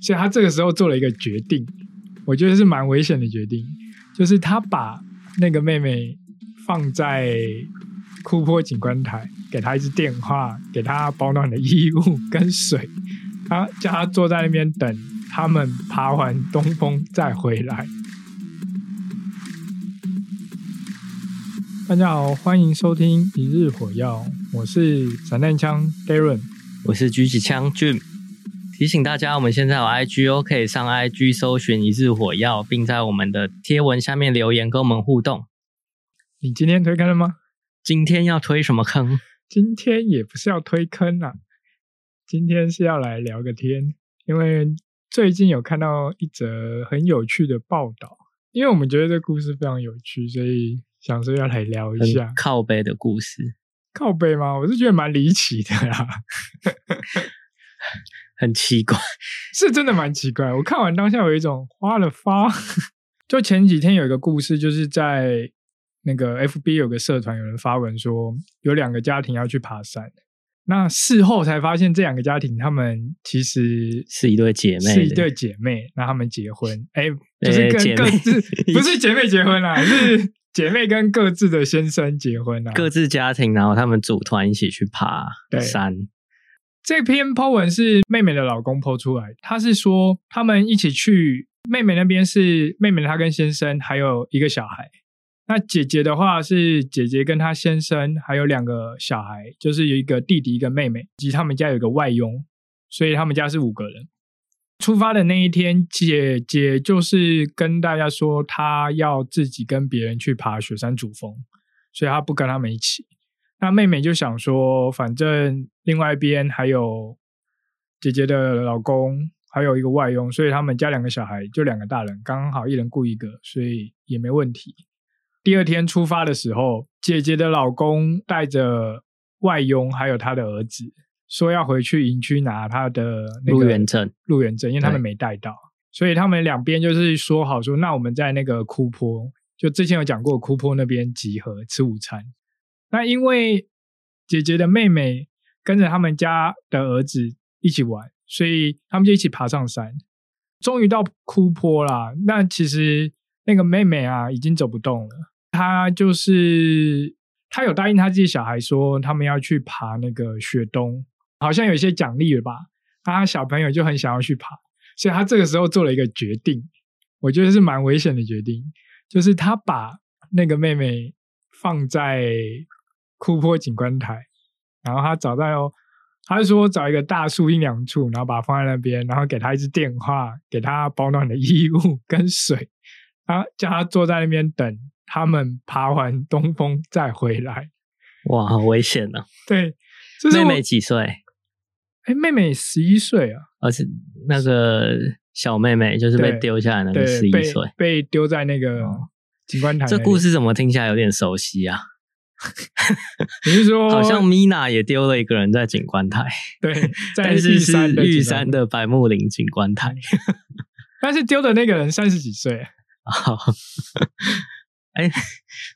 所以他这个时候做了一个决定，我觉得是蛮危险的决定，就是他把那个妹妹放在库珀警官台，给她一支电话，给她保暖的衣物跟水，他叫她坐在那边等他们爬完东峰再回来。大家好，欢迎收听《一日火药》，我是散弹枪 Darren。我是狙击枪 Jim。提醒大家，我们现在有 IG 哦，可以上 IG 搜寻“一日火药”，并在我们的贴文下面留言跟我们互动。你今天推坑了吗？今天要推什么坑？今天也不是要推坑啊，今天是要来聊个天，因为最近有看到一则很有趣的报道，因为我们觉得这故事非常有趣，所以想说要来聊一下很。靠背的故事，靠背吗？我是觉得蛮离奇的啦，很奇怪。 是真的蛮奇怪。我看完当下有一种花了发。 就前几天有一个故事，就是在那个 FB 有个社团有人发文说，有两个家庭要去爬山。那事后才发现，这两个家庭他们其实是一对姐妹是一对姐妹，那他们结婚，哎、就呃是跟姐各妹自不 是姐妹结婚啦，是姐妹跟各自的先生结婚啦。各自家庭，然后他们组团一起去爬对山，这篇 po 文是妹妹的老公 po 出来，他是说他们一起去妹妹那边是妹妹她跟先生还有一个小孩，那姐姐的话是姐姐跟她先生还有两个小孩，就是有一个弟弟一个妹妹，以及他们家有一个外佣，所以他们家是五个人。出发的那一天，姐姐就是跟大家说她要自己跟别人去爬雪山主峰，所以她不跟他们一起。那妹妹就想说，反正另外一边还有姐姐的老公，还有一个外佣，所以他们家两个小孩就两个大人，刚好一人雇一个，所以也没问题。第二天出发的时候，姐姐的老公带着外佣还有他的儿子，说要回去营区拿他的那个入园证入园证，因为他们对没带到，所以他们两边就是说好说，那我们在那个库坡，就之前有讲过库坡那边集合吃午餐。那因为姐姐的妹妹跟着他们家的儿子一起玩，所以他们就一起爬上山。终于到哭坡啦，那其实那个妹妹啊已经走不动了，她就是她有答应她自己小孩说他们要去爬那个雪冬，好像有一些奖励了吧？她小朋友就很想要去爬，所以她这个时候做了一个决定，我觉得是蛮危险的决定，就是她把那个妹妹放在库坡景观台，然后他找到，他是说找一个大树阴凉处，然后把它放在那边，然后给他一支电话，给他保暖的衣物跟水，然后叫他坐在那边等他们爬完东峰再回来。哇，好危险呢、对，就是妹我妹几岁？哎，妹妹十一岁啊，而且那个小妹妹就是被对丢下来那个对，十一被岁。被丢在那个哦景观台。这故，事怎么听起来有点熟悉啊？你是说好像 Mina 也丢了一个人在景观台，对，在 但是是的玉景观山台，的百慕林景观台。 但是丢的那个人三十几岁，啊好，哎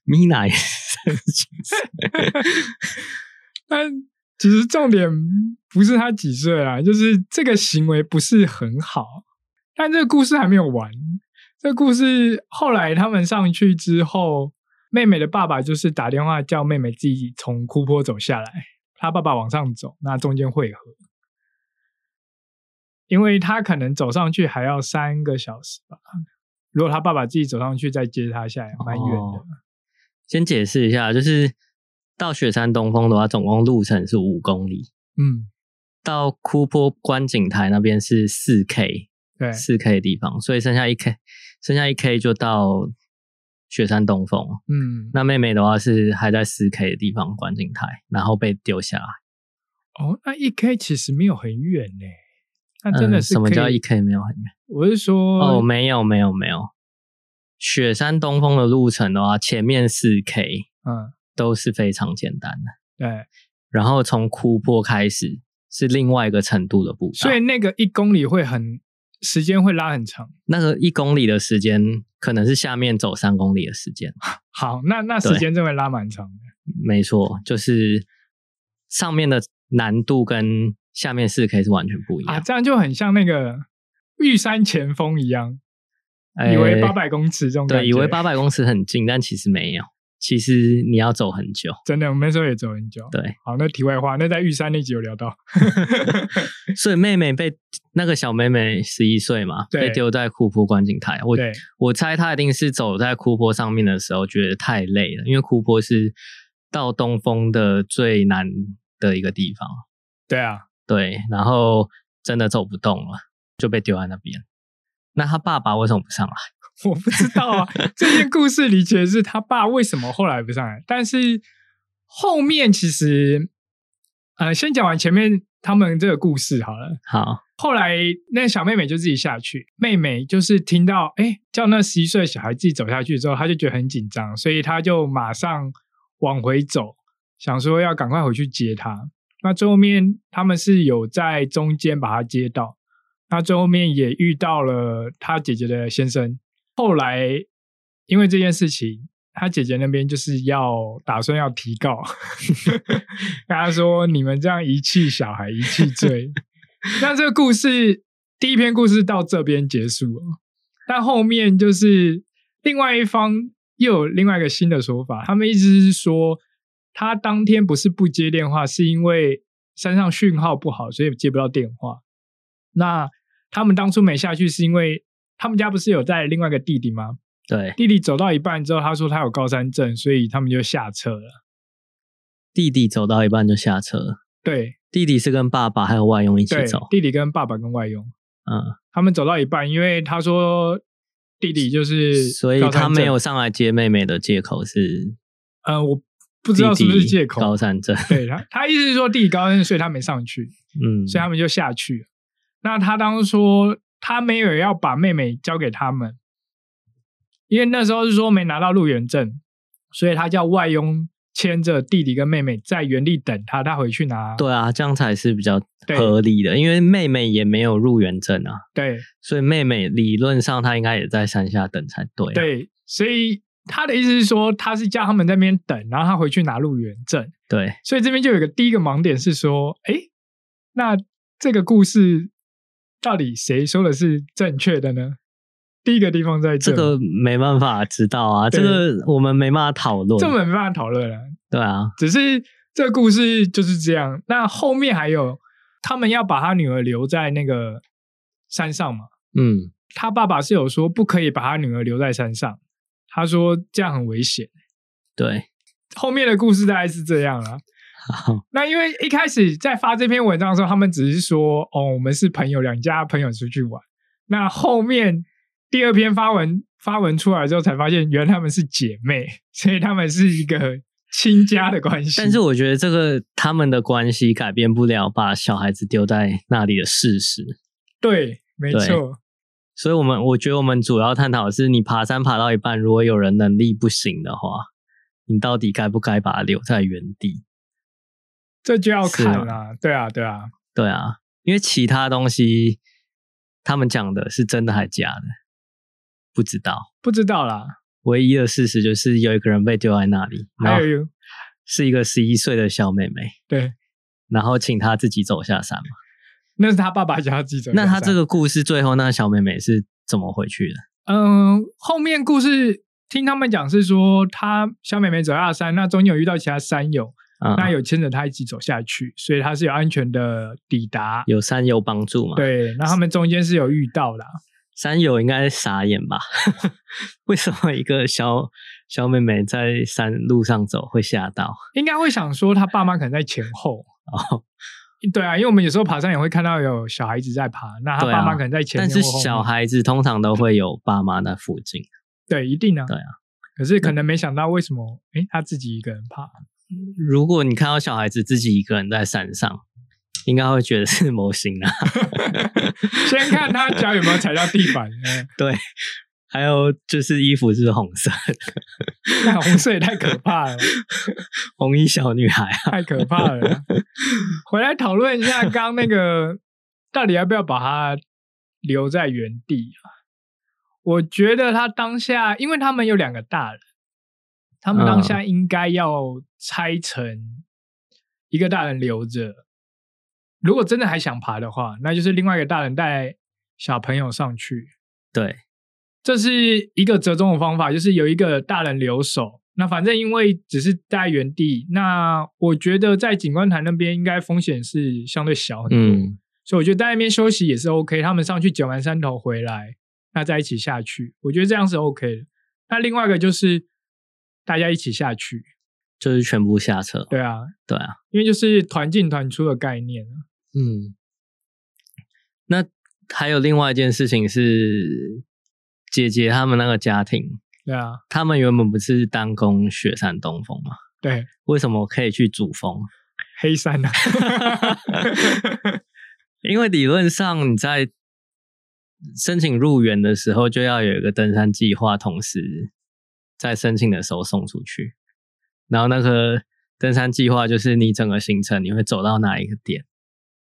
，Mina 也是几岁但其实重点不是他几岁啦，就是这个行为不是很好。但这个故事还没有完，这个故事后来他们上去之后，妹妹的爸爸就是打电话叫妹妹自己从库坡走下来，他爸爸往上走，那中间汇合，因为他可能走上去还要三个小时吧。如果他爸爸自己走上去再接他下来，蛮远的。哦先解释一下，就是到雪山东峰的话，总共路程是五公里，嗯，到库坡观景台那边是四 K，对，四 K 的地方，所以剩下一 K，剩下一 K 就到雪山东峰。嗯，那妹妹的话是还在四 K 的地方观景台，然后被丢下来。哦，那一 K 其实没有很远呢，那真的嗯是、什么叫一？K 没有很远？我是说，哦，没有没有没有，雪山东峰的路程的话，前面四 K 嗯，都是非常简单的，对，然后从哭坡开始是另外一个程度的步道，所以那个一公里会很时间会拉很长。那个一公里的时间可能是下面走三公里的时间，好，那那时间真会拉蛮长的。没错，就是上面的难度跟下面四 K 是完全不一样。啊啊，这样就很像那个玉山前锋一样，哎以为八百公尺这种感觉，对，以为八百公尺很近，但其实没有，其实你要走很久。真的，我们那时候也走很久。对，好，那题外话，那在玉山那集有聊到，所以妹妹被那个小妹妹十一岁嘛，对被丢在库坡观景台。我对我猜她一定是走在库坡上面的时候觉得太累了，因为库坡是到东峰的最难的一个地方。对啊，对，然后真的走不动了，就被丢在那边。那他爸爸为什么不上来？我不知道啊。这件故事里其实是他爸为什么后来不上来，但是后面其实，呃，先讲完前面他们这个故事好了。好，后来那小妹妹就自己下去，妹妹就是听到哎叫那十一岁的小孩自己走下去之后，她就觉得很紧张，所以她就马上往回走，想说要赶快回去接她。那最后面他们是有在中间把她接到，那最后面也遇到了她姐姐的先生。后来因为这件事情，她姐姐那边就是要打算要提告， 跟她说你们这样遗弃小孩，遗弃罪。那这个故事第一篇故事到这边结束了，但后面就是另外一方又有另外一个新的说法，他们意思是说，他当天不是不接电话，是因为山上讯号不好，所以接不到电话。那他们当初没下去，是因为他们家不是有在另外一个弟弟吗？对，弟弟走到一半之后，他说他有高山症，所以他们就下车了。弟弟走到一半就下车了。对弟弟是跟爸爸还有外佣一起对走，，弟弟跟爸爸跟外佣。嗯，他们走到一半，因为他说弟弟就是，所以他没有，上来接妹妹的借口是呃，我不不知道是不是借口。高山症，对他，他意思是说弟弟高三，所以他没上去，嗯，所以他们就下去了。那他当时说他没有要把妹妹交给他们，因为那时候是说没拿到入园证，所以他叫外佣牵着弟弟跟妹妹在原地等他，他回去拿。对啊，这样才是比较对合理的，因为妹妹也没有入园证啊，对所以妹妹理论上她应该也在山下等才对、啊，，对，所以他的意思是说他是叫他们在那边等，然后他回去拿入园证。对所以这边就有一个第一个盲点是说，哎，那这个故事到底谁说的是正确的呢？第一个地方在这嘛，这个没办法知道啊，对这个我们没办法讨论，这我们没办法讨论了。对啊，只是这个故事就是这样。那后面还有他们要把他女儿留在那个山上嘛？嗯，他爸爸是有说不可以把他女儿留在山上，他说这样很危险。对，后面的故事大概是这样啊啦。好，那因为一开始在发这篇文章的时候，他们只是说哦，我们是朋友，两家朋友出去玩。那后面第二篇发文发文出来之后，才发现原来他们是姐妹，所以他们是一个亲家的关系。但是我觉得这个他们的关系改变不了把小孩子丢在那里的事实，对，没错，所以我们我觉得我们主要探讨的是，你爬山爬到一半，如果有人能力不行的话，你到底该不该把他留在原地？这就要看是啦、对啊，对啊，对啊，因为其他东西他们讲的是真的还假的，不知道。不知道啦。唯一的事实就是有一个人被丢在那里，然还后有是一个十一岁的小妹妹，对，然后请她自己走下山嘛。那是他爸爸叫他记者。那她这个故事最后，那个小妹妹是怎么回去的？嗯，后面故事听他们讲是说，他小美妹走下山，那中间有遇到其他山友，啊、那有牵着他一起走下去，所以他是有安全的抵达。有山友帮助嘛？，对，那他们中间是有遇到啦，山友应该傻眼吧？ 为什么一个小小妹妹在山路上走会吓到？应该会想说他爸妈可能在前后。哦，对啊，因为我们有时候爬山也会看到有小孩子在爬，那他对啊爸妈可能在前面但或后是面、小孩子通常都会有爸妈在附近。对一定啊，对啊。可是可能没想到为什么，诶，他自己一个人爬，如果你看到小孩子自己一个人在山上，应该会觉得是模型啊。 先看他脚有没有踩到地板，嗯 对，还有就是衣服是红色的， 那红色也太可怕了，红衣小女孩啊。太可怕了。回来讨论一下刚刚那个，到底要不要把他留在原地啊？我觉得他当下，因为他们有两个大人，他们当下应该要拆成一个大人留着。如果真的还想爬的话，那就是另外一个大人带小朋友上去。对，这是一个折中的方法，就是有一个大人留守。那反正因为只是在原地，那我觉得在景观台那边应该风险是相对小很多，嗯，所以我觉得在那边休息也是 OK。他们上去捡完山头回来，那再一起下去，我觉得这样是 OK 的。那另外一个就是大家一起下去，就是全部下车。对啊，对啊，因为就是团进团出的概念啊。嗯。那还有另外一件事情是，姐姐他们那个家庭，对啊，他们原本不是单攻雪山东风吗？对，为什么可以去主峰？黑山啊， 因为理论上你在申请入园的时候，就要有一个登山计划，同时在申请的时候送出去。然后那个登山计划就是你整个行程你会走到哪一个点，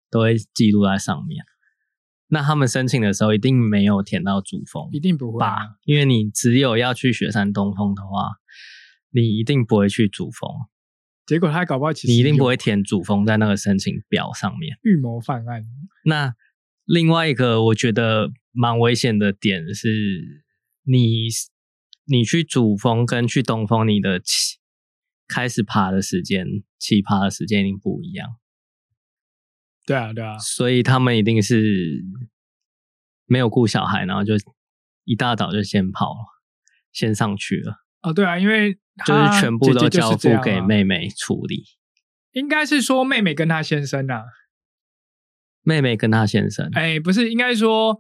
都会记录在上面。那他们申请的时候一定没有填到主峰一定不会啊、吧？因为你只有要去雪山东峰的话，你一定不会去主峰，结果他搞不好其实你一定不有会填主峰在那个申请表上面。预谋犯案。那另外一个我觉得蛮危险的点是你，你去主峰跟去东峰，你的起开始爬的时间、起爬的时间一定不一样，对啊，对啊，所以他们一定是没有顾小孩，然后就一大早就先跑了，先上去了，哦，对啊，因为就他是全部姐都姐就交是这付样给啊，妹妹处理，应该是说妹妹跟她先生啊，妹妹跟她先生，哎，不是，应该说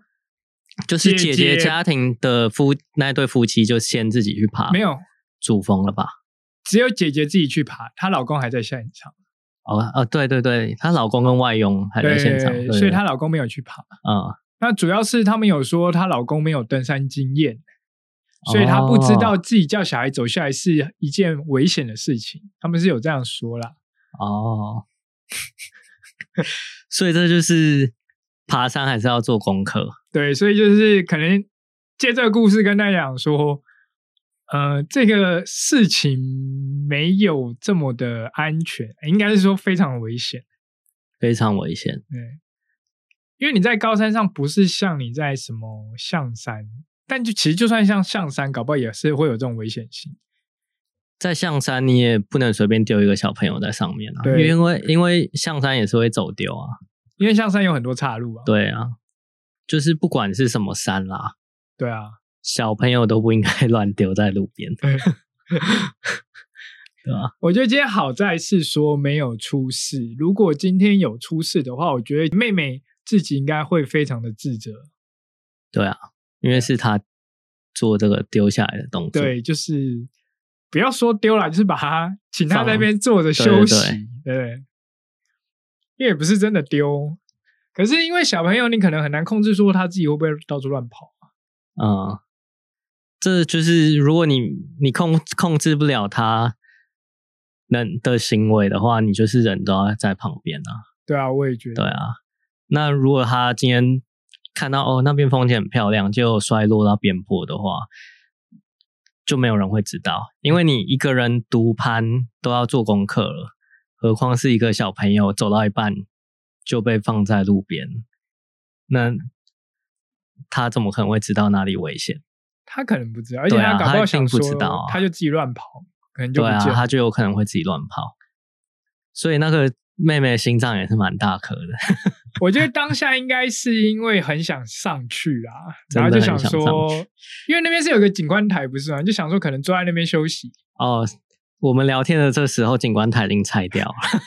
就是姐姐姐姐家庭的夫那一对夫妻就先自己去爬，没有，主峰了吧？只有姐姐自己去爬，她老公还在现场，好吧，哦，对对对，她老公跟外佣还在现场，对所以她老公没有去爬。啊、那主要是他们有说她老公没有登山经验，所以她不哦知道自己叫小孩走下来是一件危险的事情，他们是有这样说啦。嗯、哦， 所以这就是爬山还是要做功课，对，所以就是可能借这个故事跟大家讲说，呃，这个事情没有这么的安全，应该是说非常危险。非常危险。对，因为你在高山上不是像你在什么象山，但就其实就算像象山，搞不好也是会有这种危险性。在象山，你也不能随便丢一个小朋友在上面啊，对因为因为象山也是会走丢啊，因为象山有很多岔路啊，对啊，就是不管是什么山啦，对啊，小朋友都不应该 乱丢在路边，对。 对吧？ 我觉得今天好在是说没有出事，如果今天有出事的话，我觉得妹妹自己应该会非常的自责。对啊，因为是他做这个丢下来的动作，对，就是不要说丢了，就是把它请他放在那边坐着对休对息，对因为也不是真的丢，可是因为小朋友，你可能很难控制说他自己会不会到处乱跑。嗯，这就是如果你你控控制不了他人的行为的话，你就是人都要在旁边啊。对啊，我也觉对得，啊，那如果他今天看到哦那边风景很漂亮，就摔落到边坡的话，就没有人会知道，因为你一个人独攀都要做功课了，何况是一个小朋友走到一半就被放在路边，那他怎么可能会知道哪里危险？他可能不知道，而且对啊搞不好他一想定说，不知道啊他就自己乱跑，可能就对不啊，见了。他就有可能会自己乱跑，所以那个妹妹的心脏也是蛮大颗的。 我觉得当下应该是因为很想上去 啊，真然的后就想很想上说，因为那边是有个景观台，不是吗？就想说可能坐在那边休 息。哦，我们聊天的这时候，警官台已经拆掉了，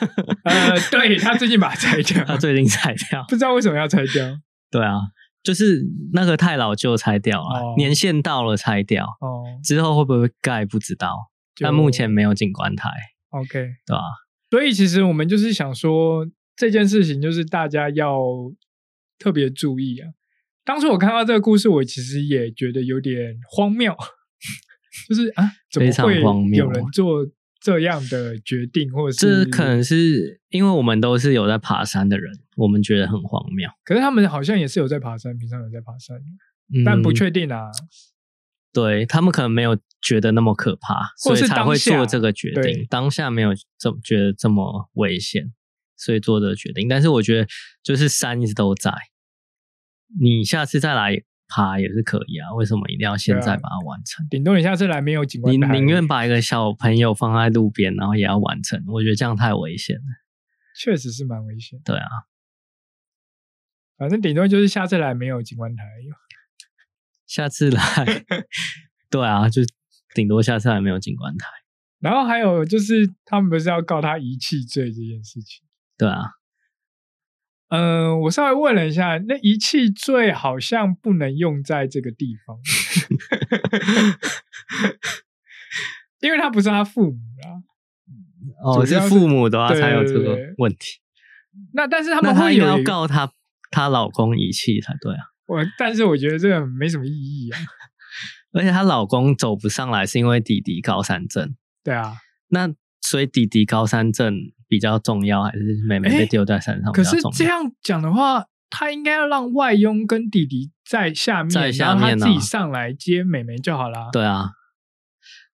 呃，对他最近把它拆掉， 他最近拆掉。不知道为什么要拆掉。对啊，就是那个太老旧拆掉了，哦年限到了拆掉，哦，之后会不会盖不知道，就但目前没有警官台， OK。对啊吧、所以其实我们就是想说这件事情，就是大家要特别注意啊。当初我看到这个故事，我其实也觉得有点荒谬， 就是啊，怎么非常会荒谬啊有人做这样的决定，或者这是可能是因为我们都是有在爬山的人，我们觉得很荒谬，可是他们好像也是有在爬山，平常有在爬山，嗯但不确定啊。对他们可能没有觉得那么可怕，或所是以才会当下做这个决对定。当下没有这么觉得这么危险，所以做这个决定。但是我觉得，就是山一直都在，你下次再来爬也是可以啊，为什么一定要现对在啊把它完成？顶多你下次来没有景观你带而已，宁愿把一个小朋友放在路边，然后也要完成，我觉得这样太危险了。确实是蛮危险。对啊，反正顶多就是下次来没有景观台而已。下次 来，对啊，就顶多下次还没有景观台，然后还有就是，他们不是要告他遗弃罪这件事情？对啊，嗯、我稍微问了一下，那遗弃罪好像不能用在这个地 方，因为他不是他父母啦。哦，主要是是父母的话对才有这对个对对问题，那但是他那们她会应有该要一个告她她老公遗弃才对啊，我，但是我觉得这个没什么意义啊。而且她老公走不上来是因为弟弟高山症，对啊，那所以弟弟高山症比较重要，还是妹妹诶被丢在山上比可较是重这要？样讲的话，他应该要让外佣跟弟弟在下面，在下面啊然后他自己上来接妹妹就好啦。对啊，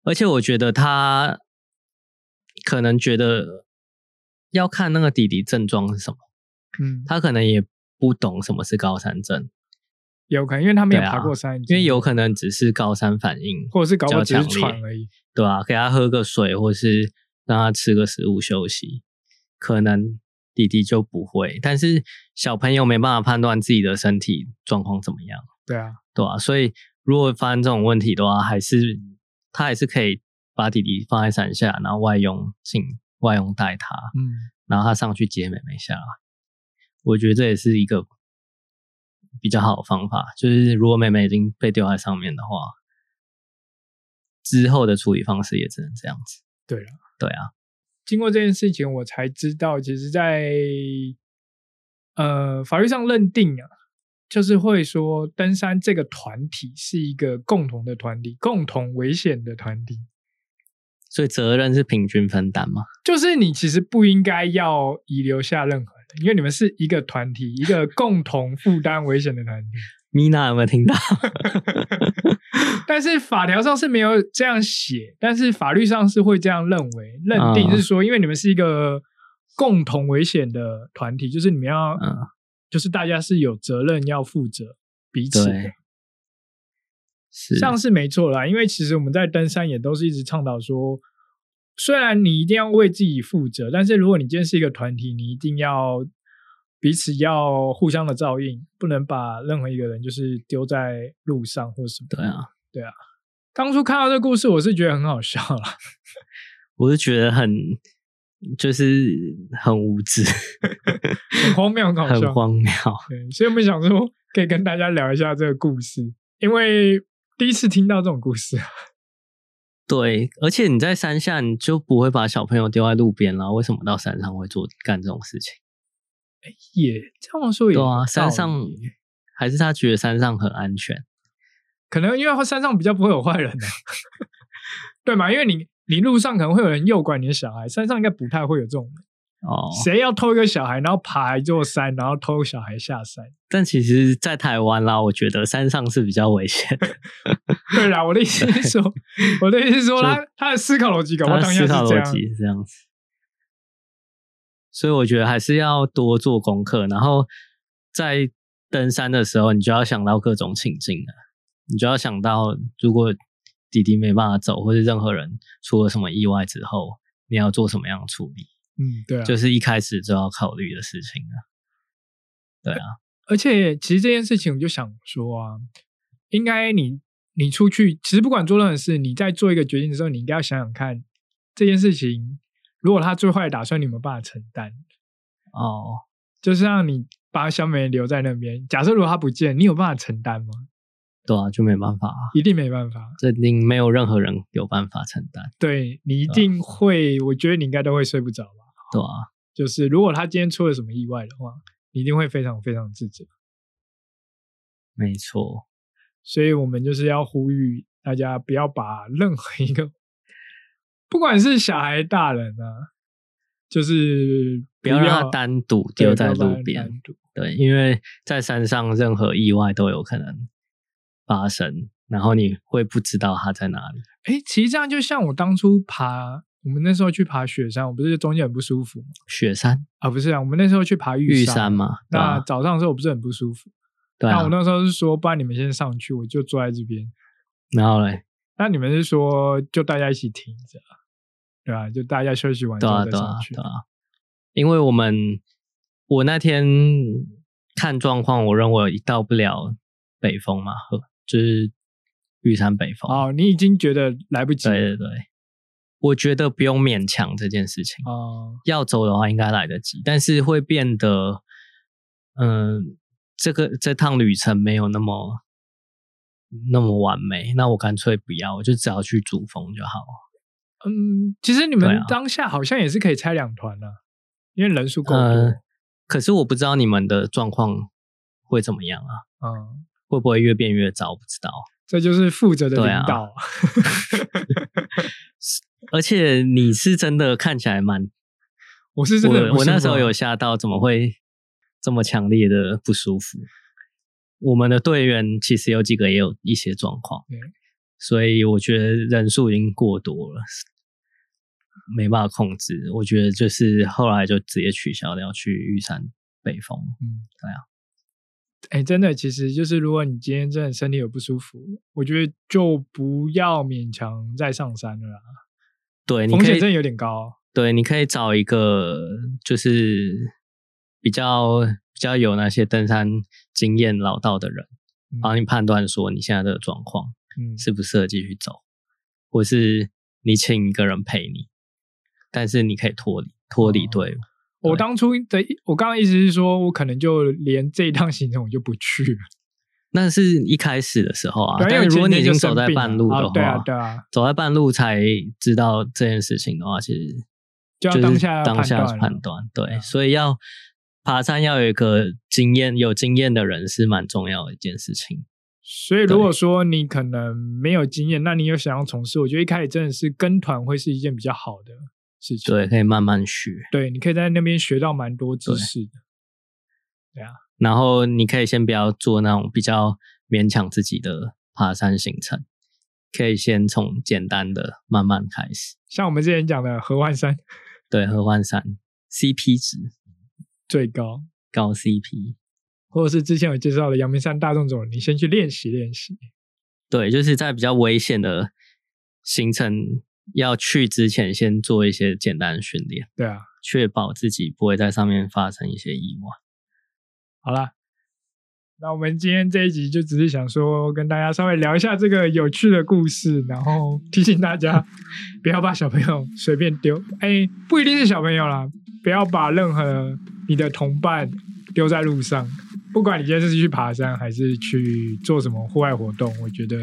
而且我觉得她可能觉得要看那个弟弟症状是什么，嗯，她可能也不懂什么是高山症，有可能因为他没有对啊爬过山，因为有可能只是高山反应，或者是搞不好只是比较强烈喘而已。对啊，给他喝个水，或是让他吃个食物休息，可能弟弟就不会。但是小朋友没办法判断自己的身体状况怎么样，对啊，对啊，所以如果发生这种问题的话，还是他还是可以把弟弟放在山下，然后外佣进外佣带他，嗯，然后他上去接妹妹下来。我觉得这也是一个比较好的方法，就是如果妹妹已经被丢在上面的话，之后的处理方式也只能这样子。对了，对啊，经过这件事情，我才知道，其实在，呃法律上认定啊，就是会说登山这个团体是一个共同的团体，共同危险的团体。所以责任是平均分担嘛？就是你其实不应该要遗留下任何人，因为你们是一个团体，一 个共同负担危险的团体。米娜有没有听到？ 但是法条上是没有这样写，但是法律上是会这样认为认定，嗯是说因为你们是一个共同危险的团体，就是你们要，嗯就是大家是有责任要负责彼此的对，是这样是没错啦。因为其实我们在登山也都是一直倡导说，虽然你一定要为自己负责，但是如果你今天是一个团体，你一定要彼此要互相的照应，不能把任何一个人就是丢在路上或什么。对啊，当初看到这故事，我是觉得很好笑啦。我是觉得很就是很无知，很荒谬很好笑很荒谬。对，所以我们想说可以跟大家聊一下这个故事，因为第一次听到这种故事。啊对，而且你在山下，你就不会把小朋友丢在路边了。为什么到山上会做干这种事情？也这么说也对有道啊，理山上还是他觉得山上很安全。可能因为山上比较不会有坏人、啊， 对嘛？因为你你路上可能会有人诱拐你的小孩，山上应该不太会有这种人。哦，谁要偷一个小孩，然后爬一座山，然后偷小孩下山？但其实，在台湾啦，我觉得山上是比较危险的，对啦，我的意思是说， 我的意思是说，就他他的思考逻辑搞不他好的当下思是考这逻样。辑是这样子。所以我觉得还是要多做功课，然后在登山的时候，你就要想到各种情境了，你就要想到如果弟弟没办法走，或是任何人出了什么意外之后，你要做什么样的处理，嗯，对啊。就是一开始就要考虑的事情了。而且其实这件事情，我就想说啊，应该你你出去，其实不管做任何事，你在做一个决定的时候，你应该要想想看这件事情，如果他最坏的打算，你有没有办法承担？哦，就是让你把小美人留在那边。假设如果她不见，你有办法承担吗？对啊，就没办法啊，一定没办法。这您没有任何人有办法承担，对你啊一定会，我觉得你应该都会睡不着吧。对啊，就是如果她今天出了什么意外的话，你一定会非常非常自责。没错，所以我们就是要呼吁大家不要把任何一个，不管是小孩、大人啊，就是不要让它单独丢在对路。不要把它边，单独对，因为在山上任何意外都有可能发生，然后你会不知道它在哪里。哎，其实这样就像我当初爬，我们那时候去爬雪山，我不是中间很不舒服吗？雪山、啊，不是啊，我们那时候去爬玉山山嘛，对吧、啊那早上的时候我不是很不舒服，对那啊我，那时候是说，不然你们先上去，我就坐在这边。然后嘞，那你们是说就大家一起停着，对吧、就大家休息完之对啊，后再对啊上，去对。啊，因为我们我那天看状况，我认为到不了北峰嘛，呵就是玉山北峰。哦，你已经觉得来不及对对对，我觉得不用勉强这件事情。哦，要走的话应该来得及，但是会变得，嗯、这个这趟旅程没有那么那么完美，那我干脆不要，我就只要去主峰就好了。嗯，其实你对们啊当下好像也是可以拆两团的、因为人数够多。嗯、可是我不知道你们的状况会怎么样啊？嗯，会不会越变越糟？不知道。这就是负责的对领啊导。 而且你是真的看起来蛮，我是真的很我不我那时候舒服啊有吓到，怎么会这么强烈的不舒服？我们的队员其实有几个也有一些状况对，所以我觉得人数已经过多了，没办法控制。我觉得就是后来就直接取消掉去玉山北峰。嗯，对啊。哎，真的，其实就是如果你今天真的身体有不舒服，我觉得就不要勉强再上山了啦，对，你风可险以真的有点高。对，你可以找一个就是比较比较有那些登山经验老道的人，嗯帮啊你判断说你现在的状况嗯，适不适合继续走，或是你请一个人陪你，但是你可以脱离脱离哦队伍。我对当初的意，我刚刚意思是说，我可能就连这一趟行程我就不去了。那是一开始的时候啊，对啊因但为是如果前你天已就经走生在病半了路啊的话，对啊对啊走在半路才知道这件事情的话，其实就要是当下当下判断了判断，对，对啊所以要爬山要有一个经验，有经验的人是蛮重要的一件事情。所以如果说你可能没有经验，那你有想要从事，我觉得一开始真的是跟团会是一件比较好的事情。对，可以慢慢学，对，你可以在那边学到蛮多知识的。然后你可以先不要做那种比较勉强自己的爬山行程，可以先从简单的慢慢开始。像我们之前讲的合欢山 对，合欢山 CP 值最高，高 CP，或者是之前有介绍的阳明山大众走，你先去练习练习。对，就是在比较危险的行程要去之前，先做一些简单的训练，对啊，确保自己不会在上面发生一些意外。好啦，那我们今天这一集就只是想说跟大家稍微聊一下这个有趣的故事，然后提醒大家不要把小朋友随便丢，哎，不一定是小朋友啦，不要把任何你的同伴丢在路上，不管你今天是去爬山还是去做什么户外活动，我觉得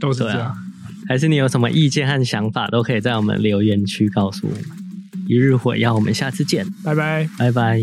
都是这对样。啊还是你有什么意见和想法，都可以在我们留言区告诉我们。一日火药，我们下次见，拜拜。拜拜。